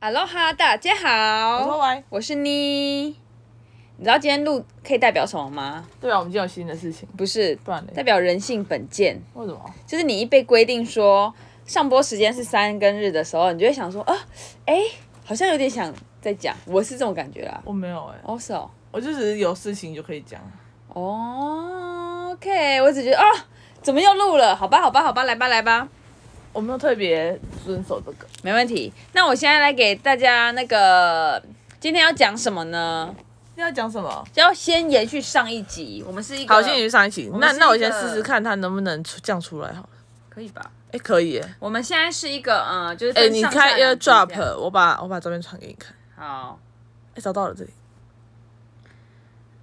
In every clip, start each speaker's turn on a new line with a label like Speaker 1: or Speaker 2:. Speaker 1: Aloha，大家
Speaker 2: 我说
Speaker 1: 好，
Speaker 2: 喂，
Speaker 1: 我是妮。你知道今天录可以代表什么吗？
Speaker 2: 对啊，我们今天有新的事情，
Speaker 1: 不是，
Speaker 2: 不然嘞
Speaker 1: 代表人性本贱。
Speaker 2: 为什么？
Speaker 1: 就是你一被规定说上播时间是三跟日的时候，你就会想说，啊，哎、好像有点想再讲，我是这种感觉啦。
Speaker 2: 我没有哎、
Speaker 1: 哦，是哦，
Speaker 2: 我就只是有事情就可以讲。
Speaker 1: 哦，OK，我只觉得，哦，怎么又录了？好吧，好吧，好吧，来吧，来吧。
Speaker 2: 我没有特别遵守这个，
Speaker 1: 没问题。那我现在来给大家那个今天要讲什么呢？
Speaker 2: 今天要讲什么？
Speaker 1: 就要先延续上一集，我们是一个
Speaker 2: 好，先去上一期。
Speaker 1: 们
Speaker 2: 那
Speaker 1: 是
Speaker 2: 那我
Speaker 1: 一个
Speaker 2: 先试试看它能不能出这样出来好了。
Speaker 1: 可以吧？
Speaker 2: 哎、可以、欸。
Speaker 1: 我们现在是一个嗯、呃就是
Speaker 2: 哎、
Speaker 1: 哎、
Speaker 2: 你开 Air
Speaker 1: 这样
Speaker 2: Drop，我把我把照片传给你看。
Speaker 1: 好。
Speaker 2: 哎、找到了这里，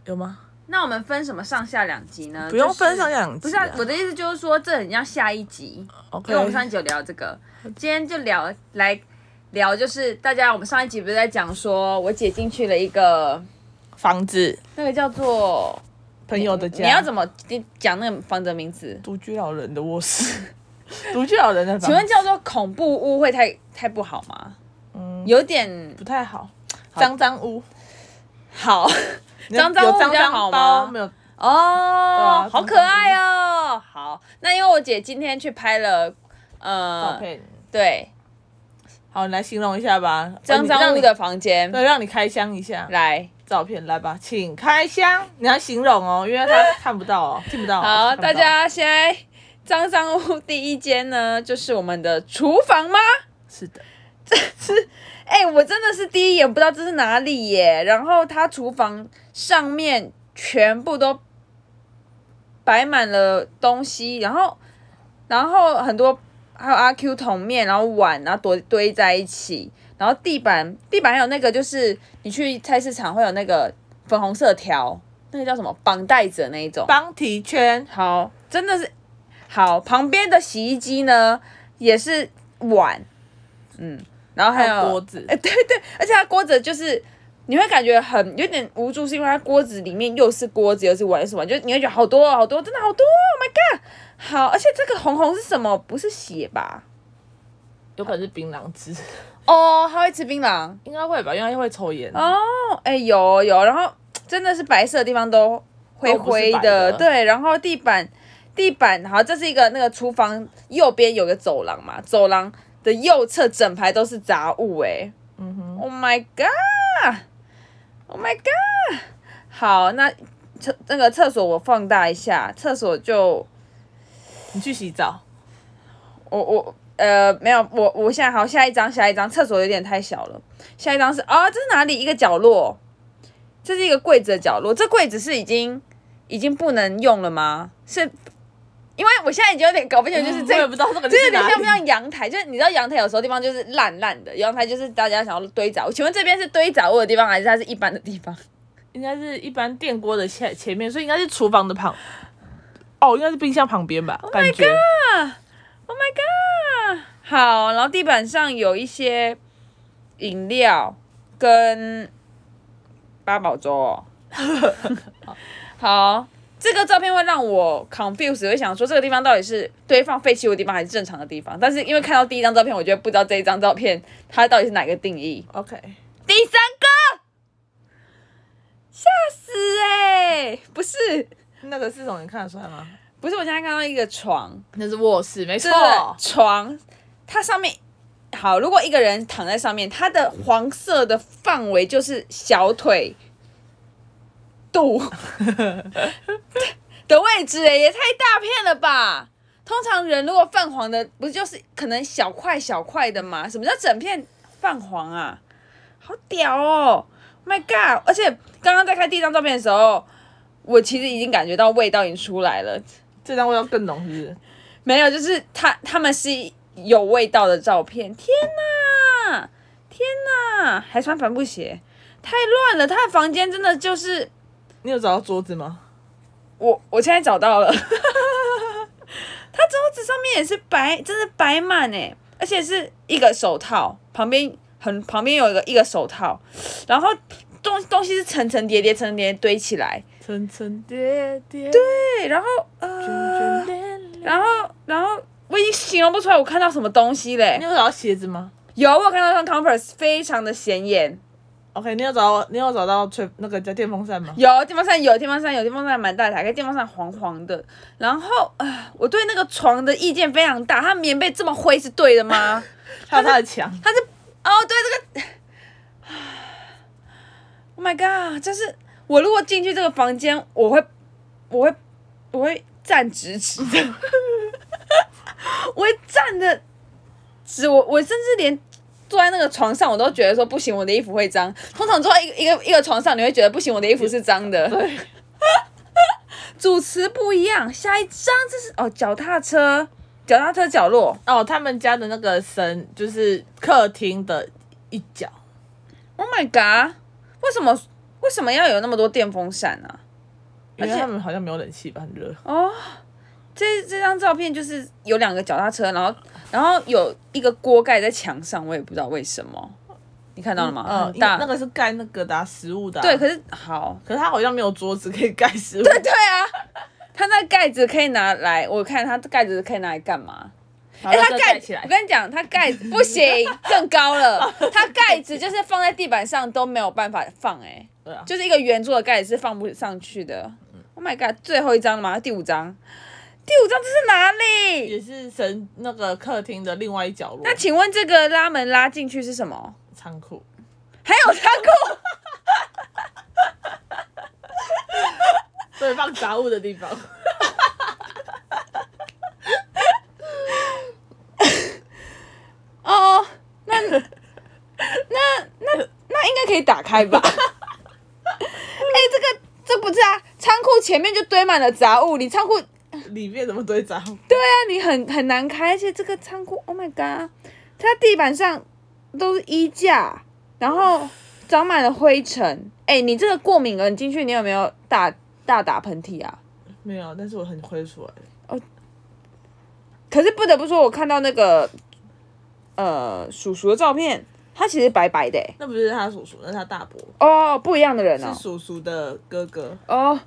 Speaker 2: 有吗？
Speaker 1: 那我们分什么上下两集呢？
Speaker 2: 不用
Speaker 1: 就是
Speaker 2: 分上下两集啊
Speaker 1: 不是啊，我的意思就是说，这很像下一集，因
Speaker 2: OK
Speaker 1: 为我们上一集有聊这个，今天就聊来聊，就是大家我们上一集不是在讲说我姐进去了一个
Speaker 2: 房子，
Speaker 1: 那个叫做
Speaker 2: 朋友的家，
Speaker 1: 你要怎么讲那个房子的名字？
Speaker 2: 独居老人的卧室， 独居老人的房子。
Speaker 1: 请问叫做恐怖屋会太太不好吗？
Speaker 2: 嗯
Speaker 1: 有点
Speaker 2: 不太好，脏脏屋，
Speaker 1: 好脏脏屋
Speaker 2: 有
Speaker 1: 比
Speaker 2: 脏
Speaker 1: 较
Speaker 2: 脏
Speaker 1: 好
Speaker 2: 包
Speaker 1: 吗
Speaker 2: 没有
Speaker 1: 哦，
Speaker 2: 啊
Speaker 1: 好可爱哦。好，那因为我姐今天去拍了，
Speaker 2: 照
Speaker 1: 呃，
Speaker 2: 片。
Speaker 1: 对，
Speaker 2: 好，你来形容一下吧。
Speaker 1: 脏
Speaker 2: 呃
Speaker 1: 脏
Speaker 2: 你
Speaker 1: 屋的房间，
Speaker 2: 对，让你开箱一下
Speaker 1: 来，
Speaker 2: 照片，来吧，请开箱。你要形容哦，因 为他看不到哦，听不到哦。
Speaker 1: 好，
Speaker 2: 看不到
Speaker 1: 大家现在脏脏屋第一间呢，就是我们的厨房吗？
Speaker 2: 是的，
Speaker 1: 哎、我真的是第一眼不知道这是哪里耶。然后它厨房上面全部都摆满了东西，然后然后很多还有阿 Q 桶面，然后碗，然后堆堆在一起。然后地板地板还有那个就是你去菜市场会有那个粉红色条，那个叫什么绑带子的那一种。
Speaker 2: 邦提圈
Speaker 1: 好，真的是好。旁边的洗衣机呢也是碗，嗯，然后还
Speaker 2: 还
Speaker 1: 有哎
Speaker 2: 有锅子，
Speaker 1: 而且它锅子就是你会感觉很有点无助，是因为它锅子里面又是锅子又是碗又是碗，就你会觉得好多哦好多，真的好多，Oh my god！好，而且这个红红是什么？不是血吧？
Speaker 2: 有可能是槟榔汁，
Speaker 1: 哦，它会吃槟榔
Speaker 2: 应该会吧，因为它会抽烟。
Speaker 1: 哦，哎、有有，然后真的是白色的地方都灰
Speaker 2: 都不是
Speaker 1: 灰
Speaker 2: 白的
Speaker 1: 对，然后地板地板好，这是一个那个厨房右边有个走廊嘛，走廊的右侧整排都是杂物、哎。
Speaker 2: 嗯哼，
Speaker 1: Oh my god! Oh my god! 好，那厕那个厕所我放大一下，厕所就
Speaker 2: 你去洗澡，
Speaker 1: 我我呃没有，我我现在好下一张下一张，厕所有点太小了。下一张是啊、这是哪里？一个角落，这是一个柜子的角落。这柜子是已经已经不能用了吗？是因为我现在已经有点搞不清楚，就是这
Speaker 2: 嗯我也
Speaker 1: 个
Speaker 2: 不知道这个
Speaker 1: 就是有
Speaker 2: 哪
Speaker 1: 点
Speaker 2: 里
Speaker 1: 像不像阳台？就是你知道阳台有时候地方就是烂烂的，阳台就是大家想要堆杂物。请问这边是堆杂物的地方，还是它是一般的地方？
Speaker 2: 应该是一般电锅的前前面，所以应该是厨房 的旁。哦，应该是冰箱旁边
Speaker 1: Oh
Speaker 2: 吧感觉。
Speaker 1: 好，然后地板上有一些饮料跟八宝粥、 哦。好，这个照片会让我 confuse，会想说这个地方到底是堆放废弃物的地方还是正常的地方？但是因为看到第一张照片，我就不知道这一张照片它到底是哪个定义。
Speaker 2: OK，
Speaker 1: 第三个，吓死哎、不是
Speaker 2: 那个是从你看得出来吗？
Speaker 1: 不是，我现在看到一个床，
Speaker 2: 那是卧室，没
Speaker 1: 这个床，它上面好，如果一个人躺在上面，它的黄色的范围就是小腿肚 的位置、欸，也太大片了吧！通常人如果泛黄的，不就是可能小块小块的吗？什么叫整片泛黄啊？好屌哦！My God！而且刚刚在看第一张照片的时候，我其实已经感觉到味道已经出来了。
Speaker 2: 这张味道更浓，是不是？
Speaker 1: 没有，就是他他们是有味道的照片。天哪，天哪，还穿帆布鞋，太乱了！他的房间真的就是
Speaker 2: 你有找到桌子吗？
Speaker 1: 我，我现在找到了，他 桌子上面也是摆，真的摆满哎，而且是一个手套，旁边很旁边有一个一个手套，然后东东西是层层叠叠、层层叠叠堆起来，
Speaker 2: 层层叠叠，对，
Speaker 1: 对，然后呃，
Speaker 2: 连连。
Speaker 1: 然后然后我已经形容不出来我看到什么东西嘞
Speaker 2: 你。有找到鞋子吗？
Speaker 1: 有我有看到穿 Converse，非常的显眼。
Speaker 2: OK，你有找到你有找到吹那个叫电风扇吗？
Speaker 1: 有电风扇，有电风扇，有电风扇蛮大台，可是电风扇黄黄的。然后啊、呃我对那个床的意见非常大，它棉被这么灰是对的吗？
Speaker 2: 还有他的墙，
Speaker 1: 它是哦，对这个 ，Oh my god！就是我如果进去这个房间，我会，我会，我会站直直的，我会站的直，我我甚至连坐在那个床上，我都觉得说不行，我的衣服会脏。通常坐在一个一个一个床上，你会觉得不行，我的衣服是脏的。
Speaker 2: 对，
Speaker 1: 主持不一样，下一张这是哦，脚踏车，脚踏车角落。
Speaker 2: 哦，他们家的那个神就是客厅的一角，
Speaker 1: Oh my god！为什么为什么要有那么多电风扇啊？
Speaker 2: 因为
Speaker 1: 而且
Speaker 2: 他们好像没有冷气吧，很热。
Speaker 1: 哦，这这张照片就是有两个脚踏车，然后然后有一个锅盖在墙上，我也不知道为什么。你看到了吗？
Speaker 2: 嗯，
Speaker 1: 很
Speaker 2: 因为
Speaker 1: 大。
Speaker 2: 那个是盖那个的啊食物的啊。
Speaker 1: 对，可是好，
Speaker 2: 可是他好像没有桌子可以盖食物。
Speaker 1: 对对啊，它那盖子可以拿来，我看它盖子可以拿来干嘛？
Speaker 2: 好，
Speaker 1: 哎、
Speaker 2: 那
Speaker 1: 它
Speaker 2: 这
Speaker 1: 盖
Speaker 2: 盖起来
Speaker 1: 我。跟你讲，它盖子不 行，更高了。它盖子就是放在地板上都没有办法放、哎。
Speaker 2: 对啊，
Speaker 1: 就是一个圆柱的盖子是放不上去的。Oh my god！最后一张了吗？第五张，第五张这是哪里？
Speaker 2: 也是神那个客厅的另外一角落
Speaker 1: 那请问这个拉门拉进去是什么？
Speaker 2: 仓库。
Speaker 1: 还有仓库？
Speaker 2: 对，放杂物的地方。
Speaker 1: 哦，那那那那应该可以打开吧？哎、这个这不是啊，仓库前面就堆满了杂物，你仓库
Speaker 2: 里面怎么堆杂物？
Speaker 1: 对啊，你很很难开，而且这个仓库，Oh my god，它地板上都是衣架，然后长满了灰尘。哎、你这个过敏了，你进去你有没有大大打喷嚏啊？
Speaker 2: 没有，但是我很会出来。
Speaker 1: 可是不得不说，我看到那个呃叔叔的照片，他其实白白的、欸、
Speaker 2: 那不是他叔叔，那是他大伯，
Speaker 1: 哦，不一样的人哦
Speaker 2: 是。叔叔的哥哥。
Speaker 1: 哦，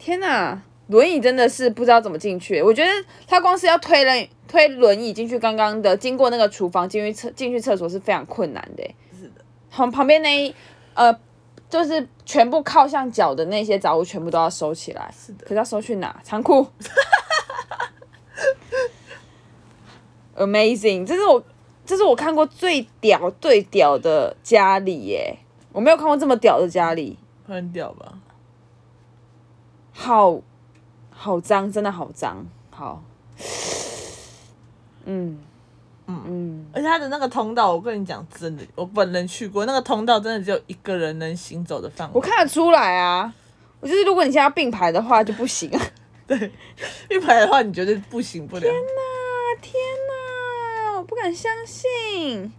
Speaker 1: 天哪，轮椅真的是不知道怎么进去。我觉得他光是要推轮推轮椅进去，刚刚的经过那个厨房，进去厕进去厕所是非常困难的欸。
Speaker 2: 是的，
Speaker 1: 旁旁边那一呃，就是全部靠向脚的那些杂物，全部都要收起来。
Speaker 2: 是的
Speaker 1: 可是要收去哪？仓库。Amazing，这是我这是我看过最屌最屌的家里耶！我没有看过这么屌的家里。
Speaker 2: 很屌吧？
Speaker 1: 好好脏，真的好脏，好，嗯
Speaker 2: 而且他的那个通道，我跟你讲，真的，我本人去过，那个通道真的只有一个人能行走的范
Speaker 1: 我
Speaker 2: 围。
Speaker 1: 看得出来啊。我就是如果你现在要并排的话就不行啊！
Speaker 2: 对，一排的话，你绝对不行不了。
Speaker 1: 那天哪，我不敢相信。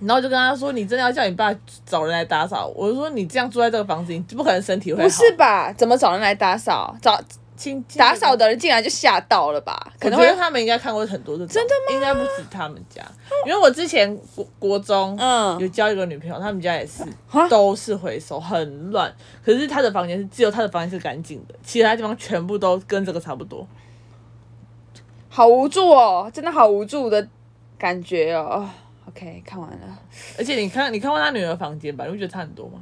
Speaker 2: 然后我就跟他说，你真的要叫你爸找人来打扫。我就说，你这样住在这个房子，你不可能身体会好。
Speaker 1: 不是吧？怎么找人来打扫？找
Speaker 2: 亲
Speaker 1: 打扫，的人进来就吓到了吧？可
Speaker 2: 亲戚
Speaker 1: 能
Speaker 2: 我觉
Speaker 1: 会
Speaker 2: 得他们应该看过很多这种。真的吗？应该不止他们家，因为我之前国国中，
Speaker 1: 嗯
Speaker 2: 有交一个女朋友，他们家也是
Speaker 1: 啊
Speaker 2: 都是回收，很乱。可是他的房间是只有他的房间是干净的，其他地方全部都跟这个差不多。
Speaker 1: 好无助哦，真的好无助的感觉哦。哦 OK，看完了。
Speaker 2: 而且你看，你看过他女儿房间吧？你会觉得差很多吗？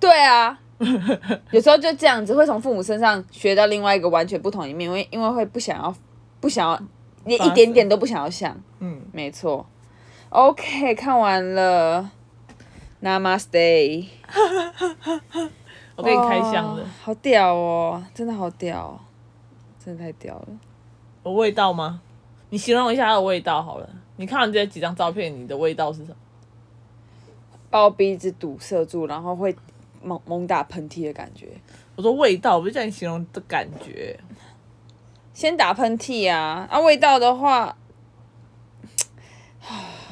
Speaker 1: 对 啊，有时候就这样子，会从父母身上学到另外一个完全不同一面，因为因为会不想要，不想要，连一点点都不想要想。
Speaker 2: 嗯，
Speaker 1: 没错。OK，看完了，Namaste。
Speaker 2: 我给你开箱
Speaker 1: 哇
Speaker 2: 了，
Speaker 1: 好屌哦，真的好屌、哦，真的太屌了。哦
Speaker 2: 有味道吗？你形容一下它的味道好了。你看完这几张照片，你的味道是什么？
Speaker 1: 把我鼻子堵塞住，然后会猛猛打喷嚏的感觉。
Speaker 2: 我说味道，我不是叫你形容的感觉。
Speaker 1: 先打喷嚏啊，啊，味道的话，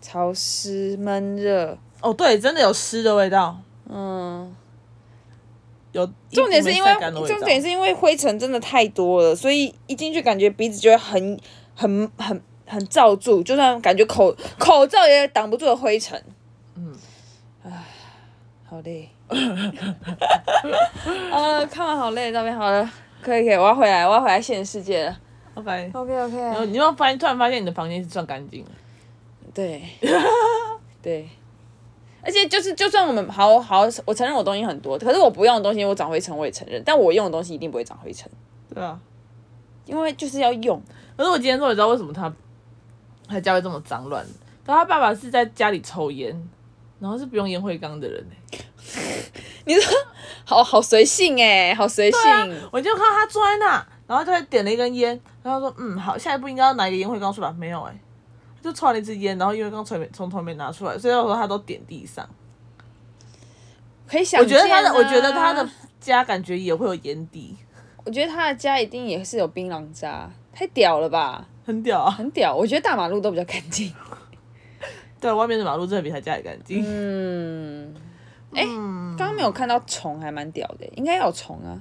Speaker 1: 潮湿闷热，
Speaker 2: 哦，对，真的有湿的味道，
Speaker 1: 嗯，
Speaker 2: 有
Speaker 1: 重点是因为
Speaker 2: 衣服没晒干的味道
Speaker 1: 重点是因为灰尘真的太多了，所以一进去感觉鼻子就会很很很很罩住，就算感觉口口罩也挡不住的灰尘，
Speaker 2: 嗯，
Speaker 1: 好累。 呃，看完好累的照片，好了，可以可以，我要回来，我要回来现实世界了。
Speaker 2: OK。
Speaker 1: OK
Speaker 2: 然后
Speaker 1: OK，
Speaker 2: 你有没有发现，突然发现你的房间是算干净的，
Speaker 1: 对，对，而且就是，就算我们好好，我承认我东西很多，可是我不用的东西，我长灰尘我也承认，但我用的东西一定不会长灰尘，
Speaker 2: 对啊。
Speaker 1: 因为就是要用。
Speaker 2: 可是我今天终于知道为什么他他家会这么脏乱。然后他爸爸是在家里抽烟，然后是不用烟灰缸的人、欸、
Speaker 1: 你说，好好随性哎、好随性，
Speaker 2: 我就看到他坐在那，然后就点了一根烟，然后说嗯好，下一步应该要拿一个烟灰缸出来，没有哎、欸，他就抽完了一支烟，然后烟灰缸从从头没拿出来，所以我说他都点地上。
Speaker 1: 可以想、啊。
Speaker 2: 我觉得他的，我觉得他的，家感觉也会有烟蒂，
Speaker 1: 我觉得他的家一定也是有槟榔渣，太屌了吧，
Speaker 2: 很屌啊。
Speaker 1: 很屌。我觉得大马路都比较干净。
Speaker 2: 对，啊外面的马路真的比他家里干净。
Speaker 1: 嗯，哎、
Speaker 2: 嗯
Speaker 1: 刚刚没有看到虫，还蛮屌的、应该要有虫啊，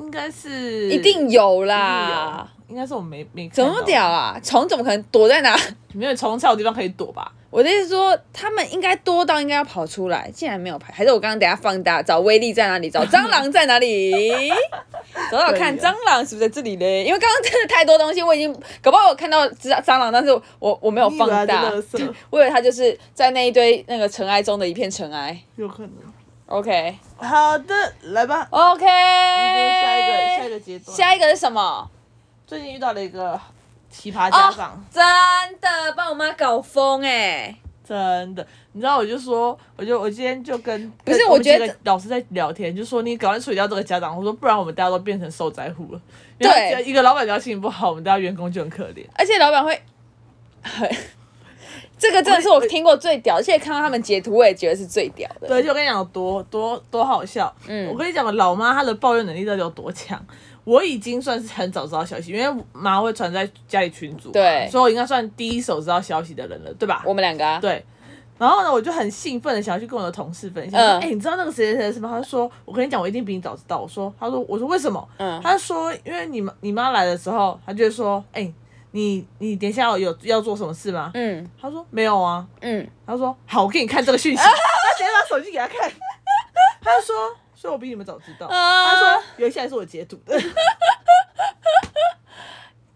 Speaker 2: 应该是
Speaker 1: 一定有
Speaker 2: 有
Speaker 1: 啦。，
Speaker 2: 应该是我没没看
Speaker 1: 怎么
Speaker 2: 到
Speaker 1: 那么屌啊？虫怎么可能躲在哪？
Speaker 2: 没有虫草的地方可以躲吧？
Speaker 1: 我的意思说，他们应该多到应该要跑出来，竟然没有排，还是我刚刚等一下放大找威力在哪里，找蟑螂在哪里，找找看
Speaker 2: 对呀
Speaker 1: 蟑螂是不是在这里嘞？因为刚刚真的太多东西，我已经搞不好我看到只蟑螂，但是我我没有
Speaker 2: 你以为
Speaker 1: 放
Speaker 2: 它是
Speaker 1: 大
Speaker 2: 垃圾，
Speaker 1: 对我以为它就是在那一堆那个尘埃中的一片尘埃。
Speaker 2: 有可能。
Speaker 1: OK
Speaker 2: 好的，来吧，
Speaker 1: OK，
Speaker 2: 我们进入下一个下
Speaker 1: 下
Speaker 2: 一个阶段。
Speaker 1: 哎下一个是什么？
Speaker 2: 最近遇到了一个奇葩家长，
Speaker 1: 真的把我妈搞疯哎、
Speaker 2: 真的，你知道我就说，我就我今天就跟
Speaker 1: 不是
Speaker 2: 跟
Speaker 1: 我
Speaker 2: 我们
Speaker 1: 觉得
Speaker 2: 几个老师在聊天，就说你赶快处理掉这个家长，我说不然我们大家都变成受灾户了。
Speaker 1: 对
Speaker 2: 然后一个老板只要心情不好，我们大家员工就很可怜。
Speaker 1: 而且老板会， 这个真的是我听过最屌，而且看到他们截图我也觉得是最屌的。
Speaker 2: 对，就我跟你讲有多多多好笑。
Speaker 1: 嗯
Speaker 2: 我跟你讲吧，老妈她的抱怨能力到底有多强？我已经算是很早知道消息，因为妈会传在家里群组嘛，
Speaker 1: 对
Speaker 2: 所以我应该算第一手知道消息的人了，对吧？
Speaker 1: 我们两个、啊，
Speaker 2: 对。然后呢，我就很兴奋的想要去跟我的同事分享，
Speaker 1: 嗯
Speaker 2: 说哎、你知道那个谁谁谁什么？他就说，我跟你讲，我一定比你早知道。我说，他说，我说为什么？
Speaker 1: 嗯
Speaker 2: 他就说，因为你妈你妈来的时候，他就会说，哎、你你等一下有要做什么事吗？
Speaker 1: 嗯
Speaker 2: 他说没有啊。
Speaker 1: 嗯，
Speaker 2: 他说好，我给你看这个 讯息。他直接把手机给他看， 他就说，所以我比你们早知道。
Speaker 1: 啊
Speaker 2: 他说有一些还是我截图的，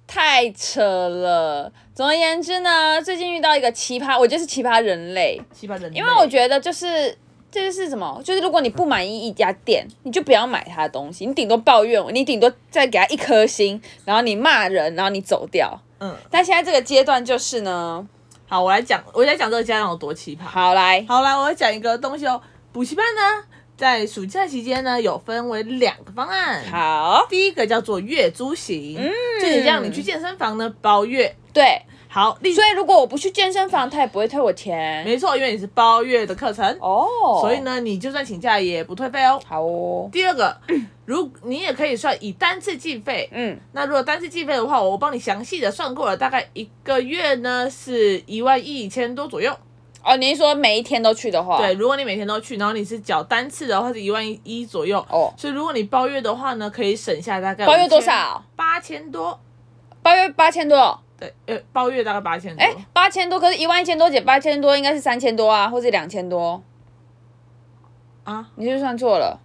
Speaker 1: 太扯了。总而言之呢，最近遇到一个奇葩，我就是奇葩人类，
Speaker 2: 奇葩人类。
Speaker 1: 因为我觉得就是。这就是什么？就是如果你不满意一家店，你就不要买他的东西。你顶多抱怨，你顶多再给他一颗星，然后你骂人，然后你走掉。
Speaker 2: 嗯，
Speaker 1: 但现在这个阶段就是呢，
Speaker 2: 好，我来讲，我来讲这个家长有多奇葩。
Speaker 1: 好来，
Speaker 2: 好啦，我要讲一个东西哦。补习班呢，在暑假期间呢，有分为两个方案。
Speaker 1: 好，嗯
Speaker 2: 第一个叫做月租型，就是让你去健身房呢包月。
Speaker 1: 对，
Speaker 2: 好，另
Speaker 1: 所以如果我不去健身房，他也不会退我钱。
Speaker 2: 没错，因为你是包月的课程，
Speaker 1: 哦，
Speaker 2: 所以，呢，你就算请假也不退费哦。
Speaker 1: 好哦，
Speaker 2: 第 二个，如你也可以算以单次计费。
Speaker 1: 嗯，
Speaker 2: 那如果单次计费的话，我帮你详细的算过了，大概一个月呢是一万一千多左右。
Speaker 1: 哦，你是说每一天都去的话，
Speaker 2: 对，，如果你每天都去，然后你是缴单次的话是一万一左右。
Speaker 1: 哦
Speaker 2: 所以如果你包月的话呢，可以省下大概
Speaker 1: 包月多少？
Speaker 2: 八千多。
Speaker 1: 八月八千多，
Speaker 2: 对，呃，包月大概八千多。
Speaker 1: 哎，八千多，可是一万一千多减八千多应该是三千多啊，或者两千多，
Speaker 2: 啊，
Speaker 1: 你是不是算错了？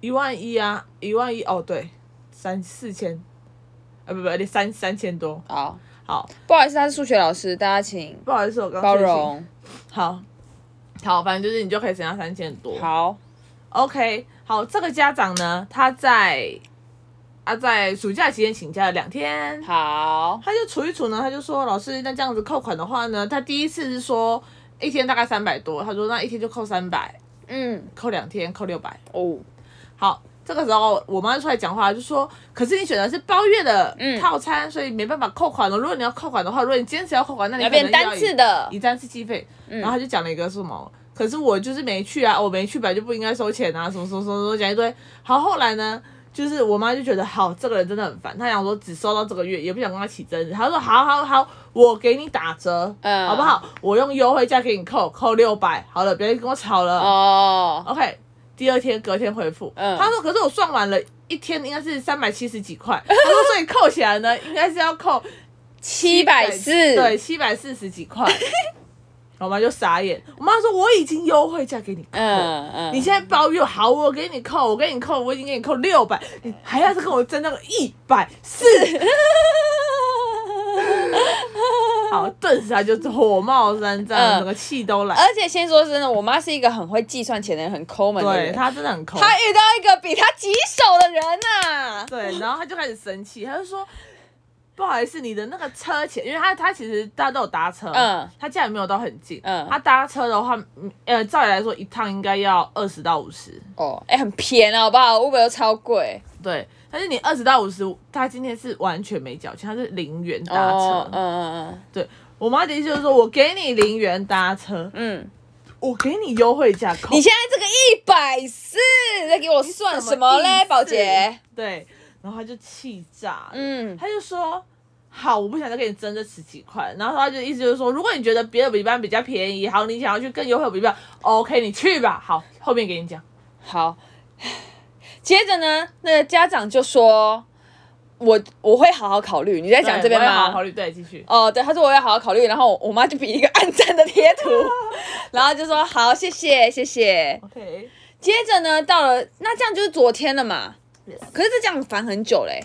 Speaker 2: 一万一啊，一万一哦，对，三四千，啊不不，三三千多。
Speaker 1: 好，
Speaker 2: 好，
Speaker 1: 不好意思，他是数学老师，大家请
Speaker 2: 不好意思，我刚
Speaker 1: 包
Speaker 2: 睡醒。
Speaker 1: 容。
Speaker 2: 好，好，反正就是你就可以省下三千多。
Speaker 1: 好，
Speaker 2: OK，好，这个家长呢，他在他在暑假期间请假了两天，
Speaker 1: 好，
Speaker 2: 他就处一处呢，他就说老师，那这样子扣款的话呢，他第一次是说一天大概三百多，他说那一天就扣三百，
Speaker 1: 嗯，
Speaker 2: 扣两天扣六百。
Speaker 1: 哦，
Speaker 2: 好，这个时候我妈就出来讲话，就说可是你选的是包月的
Speaker 1: 嗯
Speaker 2: 套餐，所以没办法扣款了。如果你要扣款的话，如果你坚持要扣款，那你
Speaker 1: 要
Speaker 2: 可能
Speaker 1: 变单
Speaker 2: 以
Speaker 1: 次的
Speaker 2: 以，单次计费。
Speaker 1: 嗯
Speaker 2: 然后他就讲了一个什么，可是我就是没去啊，我没去本来就不应该收钱啊，什么什么什么什么讲一堆。好，后来呢，就是我妈就觉得好，这个人真的很烦，她想说只收到这个月，也不想跟他起争执。她说好好好，我给你打折，
Speaker 1: 嗯
Speaker 2: 好不好？我用优惠价给你扣，扣六百，好了，不要再跟我吵了。
Speaker 1: 哦，
Speaker 2: OK，第二天隔天回复，
Speaker 1: 嗯
Speaker 2: 他说可是我算完了。一天应该是三百七十几块，他说所以扣起来呢，应该是要扣
Speaker 1: 七百四，
Speaker 2: 对，七百四十几 块。我妈就傻眼，我妈说我已经优惠价给你扣，
Speaker 1: 嗯嗯，
Speaker 2: 你现在包月好，我给你扣，我给你扣，我已经给你扣六百，你 还要再跟我争那个一百四，好，顿时他就火冒三丈，
Speaker 1: 嗯
Speaker 2: 整个气都来。
Speaker 1: 而且先说真的，我妈是一个很会计算钱的人，很抠门的
Speaker 2: 对
Speaker 1: 人。
Speaker 2: 他真的很抠。
Speaker 1: 嗯她遇到一个比她棘手的人啊呐、
Speaker 2: 对，然后他就开始生气，他就说：“不好意思，你的那个车钱，因为他他其实大家都有搭车，
Speaker 1: 嗯
Speaker 2: 他家也没有到很近，
Speaker 1: 嗯
Speaker 2: 他搭车的话，嗯呃，照理来说一趟应该要二十到五十，
Speaker 1: 哦，哎、很便宜好不好？Uber 都超贵。
Speaker 2: 对，但是你二十到五十，他今天是完全没缴钱，他是零元搭车，
Speaker 1: 哦，嗯
Speaker 2: 对。”我妈的意思就是说，我给你零元搭车，
Speaker 1: 嗯嗯，
Speaker 2: 我给你优惠价扣。
Speaker 1: 你现在这个一百四在给我算什么
Speaker 2: 意
Speaker 1: 嘞，
Speaker 2: 思
Speaker 1: 宝杰？？
Speaker 2: 对，然后他就气炸，嗯，
Speaker 1: 嗯，
Speaker 2: 他就说：“好，我不想再跟你争这十几块。”然后他就意思就是说，如果你觉得别的补习班比较便宜，好，你想要去更优惠的补习班，OK，你哦去吧。好，后面给你讲。
Speaker 1: 好，接着呢，那个家长就说：“我我会好好考虑。”你在讲这边
Speaker 2: 对我也好好考
Speaker 1: 吗？
Speaker 2: 虑，对，继续。
Speaker 1: 哦，对，他说我要好好考虑，然后我我妈就比一个暗赞的贴 图，然后就说好，谢谢，谢谢。
Speaker 2: OK，
Speaker 1: 接着呢，到了那这样就是昨天了嘛，可是这这样烦很久嘞、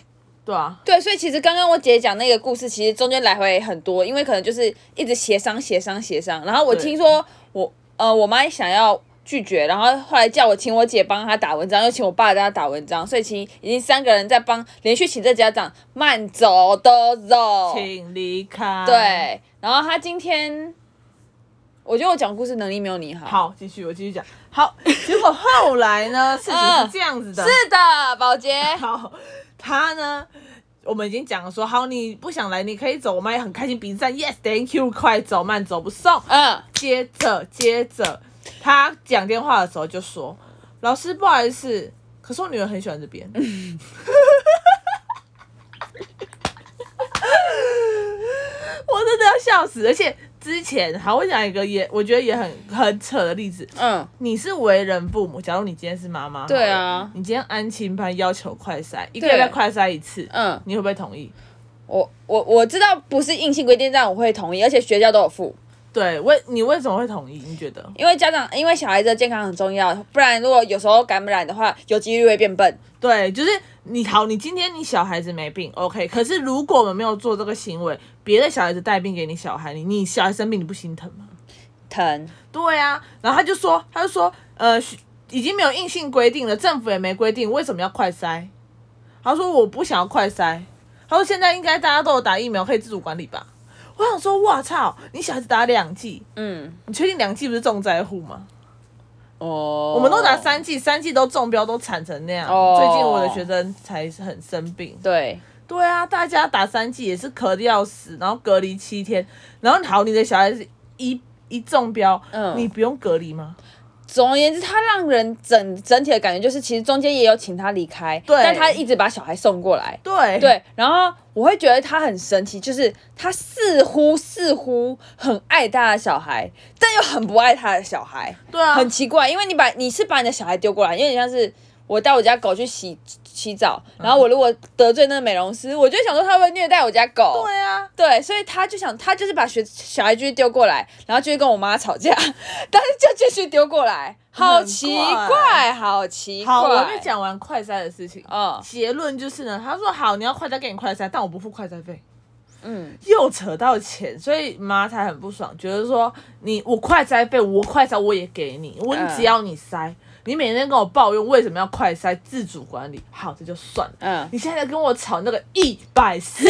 Speaker 2: 对啊，
Speaker 1: 对，所以其实刚刚我姐讲那个故事，其实中间来回很多，因为可能就是一直协商、协商、协商。然后我
Speaker 2: 对
Speaker 1: 听说我呃我妈想要拒绝，然后后来叫我请我姐帮她打文章，又请我爸帮她打文章，所以其实已经三个人在帮连续请这家长慢走都走。
Speaker 2: 请离开。，
Speaker 1: 对，然后她今天，我觉得我讲故事能力没有你好。，
Speaker 2: 好，继续，我继续讲。好，结果后来呢，事情是这样子的。
Speaker 1: 呃是的，宝洁。
Speaker 2: 好，他呢，我们已经讲了说，好，你不想来，你可以走，我们也很开心，比赞，yes，thank you，快走，慢走不送。
Speaker 1: 嗯，
Speaker 2: 接着接着，他讲电话的时候就说：“老师，不好意思，可是我女儿很喜欢这边。 我真的要笑死！而且之前还会讲一个也我觉得也很很扯的例子。
Speaker 1: 嗯，
Speaker 2: 你是为人父母，假如你今天是妈妈，
Speaker 1: 对啊
Speaker 2: 好了你今天安亲班要求快筛，一个
Speaker 1: 对
Speaker 2: 月快筛一次，
Speaker 1: 嗯
Speaker 2: 你会不会同意？
Speaker 1: 我我我知道不是硬性规定，但我会同意，而且学校都有付。
Speaker 2: 对，为你为什么会同意？你觉得？
Speaker 1: 因为家长，因为小孩子的健康很重要，不然如果有时候感染的话，有几率会变笨。
Speaker 2: 对，就是你好，你今天你小孩子没病，OK，可是如果我们没有做这个行为，别的小孩子带病给你小孩，你你小孩生病你不心疼吗？
Speaker 1: 疼，
Speaker 2: 对啊，然后他就说，他就说，呃，许已经没有硬性规定了，政府也没规定，为什么要快筛？他说我不想要快筛，他说现在应该大家都有打疫苗，可以自主管理吧？我想说，哇操，你小孩子打两剂，
Speaker 1: 嗯，
Speaker 2: 你确定两剂不是重灾户吗？
Speaker 1: 哦，
Speaker 2: 我们都打，三剂，三剂都中标，都惨成那样。
Speaker 1: 哦
Speaker 2: 最近我的学生才很生病。
Speaker 1: 对，
Speaker 2: 对啊，大家打三剂也是咳的要死，然后隔离七天，然后好，你的小孩子一一中标，
Speaker 1: 嗯
Speaker 2: 你不用隔离吗？
Speaker 1: 总而言之，他让人整整体的感觉就是，其实中间也有请他离开，
Speaker 2: 对
Speaker 1: 但他一直把小孩送过来，
Speaker 2: 对
Speaker 1: 对，然后我会觉得他很神奇，就是他似乎似乎很爱他的小孩，但又很不爱他的小孩，
Speaker 2: 对啊，
Speaker 1: 很奇怪，因为你把你是把你的小孩丢过来，有点像是我带我家狗去洗洗澡，
Speaker 2: 嗯
Speaker 1: 然后我如果得罪那个美容师，我就想说他会不会虐待我家狗。
Speaker 2: 对啊，
Speaker 1: 对，所以他就想，他就是把学小孩继续丢过来，然后继续跟我妈吵架， 但是就继续丢过来，好
Speaker 2: 很
Speaker 1: 奇
Speaker 2: 怪
Speaker 1: 怪，好奇怪。
Speaker 2: 好，我还没，讲完快筛的事情。
Speaker 1: 嗯
Speaker 2: 结论就是呢，他说好，你要快筛给你快筛，但我不付快筛费，
Speaker 1: 嗯，
Speaker 2: 又扯到钱，所以妈才很不爽，觉得说你我快筛费，我快筛我也给你，我
Speaker 1: 嗯
Speaker 2: 只要你筛，你每天跟我抱怨为什么要快筛自主管理，好这就算了，
Speaker 1: 嗯
Speaker 2: 你现在跟我吵那个一百四，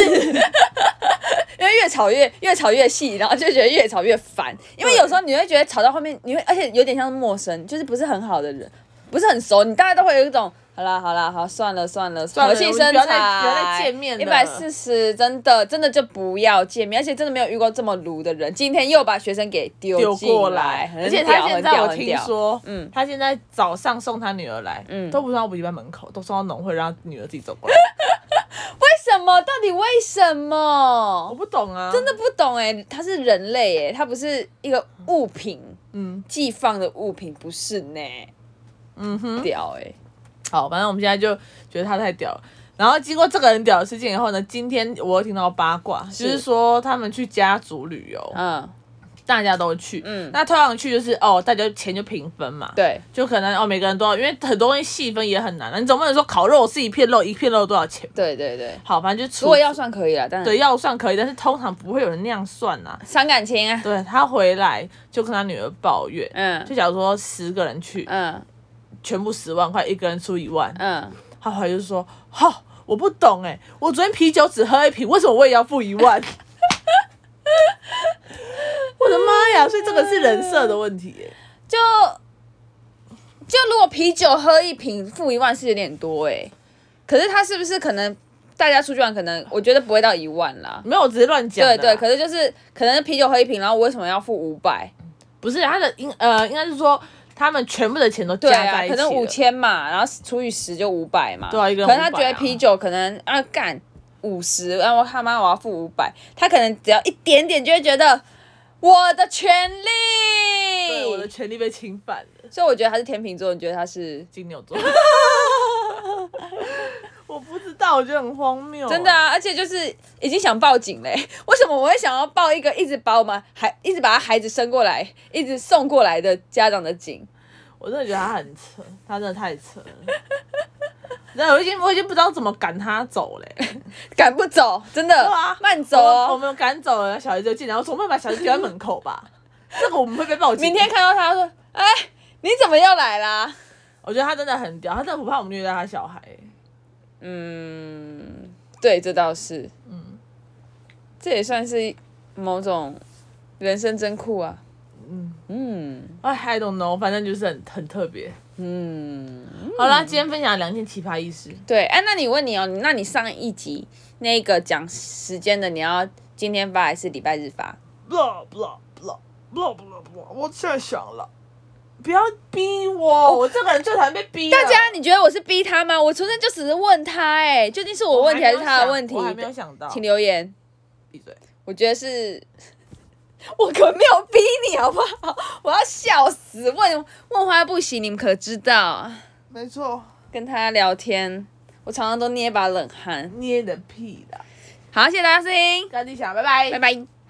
Speaker 1: 因为越吵越越吵越细，然后就觉得越吵越烦。因为有时候你会觉得吵到后面，你会而且有点像是陌生，就是不是很好的人，不是很熟，你大家都会有一种好啦好啦好算了算了，
Speaker 2: 了
Speaker 1: 和气生
Speaker 2: 我们不要再不要再
Speaker 1: 财，
Speaker 2: 见面了
Speaker 1: 一百四十真的真的就不要见面，而且真的没有遇过这么鲁的人。今天又把学生给丢
Speaker 2: 丢
Speaker 1: 进
Speaker 2: 过
Speaker 1: 来，
Speaker 2: 来，
Speaker 1: 很
Speaker 2: 而且
Speaker 1: 屌
Speaker 2: 他现
Speaker 1: 很
Speaker 2: 在
Speaker 1: 屌
Speaker 2: 我
Speaker 1: 很
Speaker 2: 听
Speaker 1: 屌
Speaker 2: 说，
Speaker 1: 嗯
Speaker 2: 嗯，他现在早上送他女儿来，
Speaker 1: 嗯
Speaker 2: 嗯，都不送到补习班门口，都送到农会，让他女儿自己走过来。
Speaker 1: 为什么？到底为什
Speaker 2: 我
Speaker 1: 么？
Speaker 2: 不懂啊，
Speaker 1: 真的不懂哎、他是人类哎、他不是一个物品。
Speaker 2: 嗯，
Speaker 1: 寄放的物品不是呢，
Speaker 2: 嗯哼，
Speaker 1: 屌哎、
Speaker 2: 好，反正我们现在就觉得他太屌了。然后经过这个很屌的事件以后呢，今天我又听到八卦，就是是说他们去家族旅游，
Speaker 1: 嗯
Speaker 2: 大家都去，
Speaker 1: 嗯
Speaker 2: 那通常去就是哦，大家钱就平分嘛，，
Speaker 1: 对，
Speaker 2: 就可能哦每个人都要，因为很多东西细分也很难啊，你总不能说烤肉是一片肉，一片肉多少钱？
Speaker 1: 对对对。
Speaker 2: 好，反正就除
Speaker 1: 如果要算可以啦，但
Speaker 2: 对
Speaker 1: 是
Speaker 2: 要算可以，但是通常不会有人那样算呐、
Speaker 1: 伤感情啊，
Speaker 2: 对他回来就跟他女儿抱怨，
Speaker 1: 嗯
Speaker 2: 就假如说十个人去，
Speaker 1: 嗯
Speaker 2: 全部十万块，一个人出一万，
Speaker 1: 嗯，
Speaker 2: 他回来就说：“哈、我不懂哎、我昨天啤酒只喝一瓶，为什么我也要付一万？” 我的妈呀！所以这个是人设的问题、欸，
Speaker 1: 就就如果啤酒喝一瓶付一万是有点多哎、可是他是不是可能大家出去玩，可能我觉得不会到一万啦。
Speaker 2: 没有，我只是乱讲嗯的
Speaker 1: 对
Speaker 2: 啊。
Speaker 1: 对，可是就是可能啤酒喝一瓶，然后我为什么要付五百？
Speaker 2: 不是他的应呃，应该是说他们全部的钱都加
Speaker 1: 对
Speaker 2: 在
Speaker 1: 啊，
Speaker 2: 一起
Speaker 1: 可
Speaker 2: 了、
Speaker 1: 能五千嘛，然后除以十就五百嘛。
Speaker 2: 对啊一个人
Speaker 1: 可能他
Speaker 2: 500
Speaker 1: 觉
Speaker 2: 啊
Speaker 1: 得啤酒可能啊干五十，然后我他妈我要付五百，他可能只要一点点就会觉得我的权
Speaker 2: 对，我的
Speaker 1: 利。
Speaker 2: 权利被侵犯了。
Speaker 1: 所以我觉得他是天秤座，你觉得他 是？
Speaker 2: 金 牛座，我不知道，我觉得很荒谬、
Speaker 1: 真的啊，而且就是已经想报警嘞、 为什么我会想要报一个一直把我们孩一直把他孩子生过来，一直送过来的家长的警？
Speaker 2: 我真的觉得他很扯，他真的太扯了。 那我已经我已经不知道怎么赶他走嘞、
Speaker 1: 赶不走，真的，
Speaker 2: 对啊
Speaker 1: 慢走
Speaker 2: 我们我
Speaker 1: 哦。
Speaker 2: 们赶走了小孩就进来，我总不能把小孩丢在门 口吧？这个我们会被报警。
Speaker 1: 明天，看到他说，哎，你怎么又来啦？
Speaker 2: 我觉得他真的很屌，他真的不怕我们虐待他小孩、
Speaker 1: 嗯，对，这倒是，嗯，这也算是某种人生真酷啊。嗯
Speaker 2: 哎，I don't know，反正就是很很特别。
Speaker 1: 嗯
Speaker 2: 好啦，今天分享两件奇葩意识。
Speaker 1: 对，哎、那你问你哦，那你上一集那个讲时间的，你要今天发还是礼拜日发？
Speaker 2: blah blah blah blah blah blah，我现在想了，不要逼我，我这个人最讨厌被逼了。
Speaker 1: 哦大家，你觉得我是逼他吗？我纯粹就只是问他、哎，究竟是我问题还是他的问题
Speaker 2: 我？还没有想到。
Speaker 1: 请留言。
Speaker 2: 闭嘴。
Speaker 1: 我觉得是，我可没有逼你，好不好？我要笑死！问问花不行，你们可知道？
Speaker 2: 没错，
Speaker 1: 跟他聊天，我常常都捏把冷汗。
Speaker 2: 捏你的屁啦！
Speaker 1: 好，谢谢大家收听，
Speaker 2: 赶紧想，拜拜，
Speaker 1: 拜拜。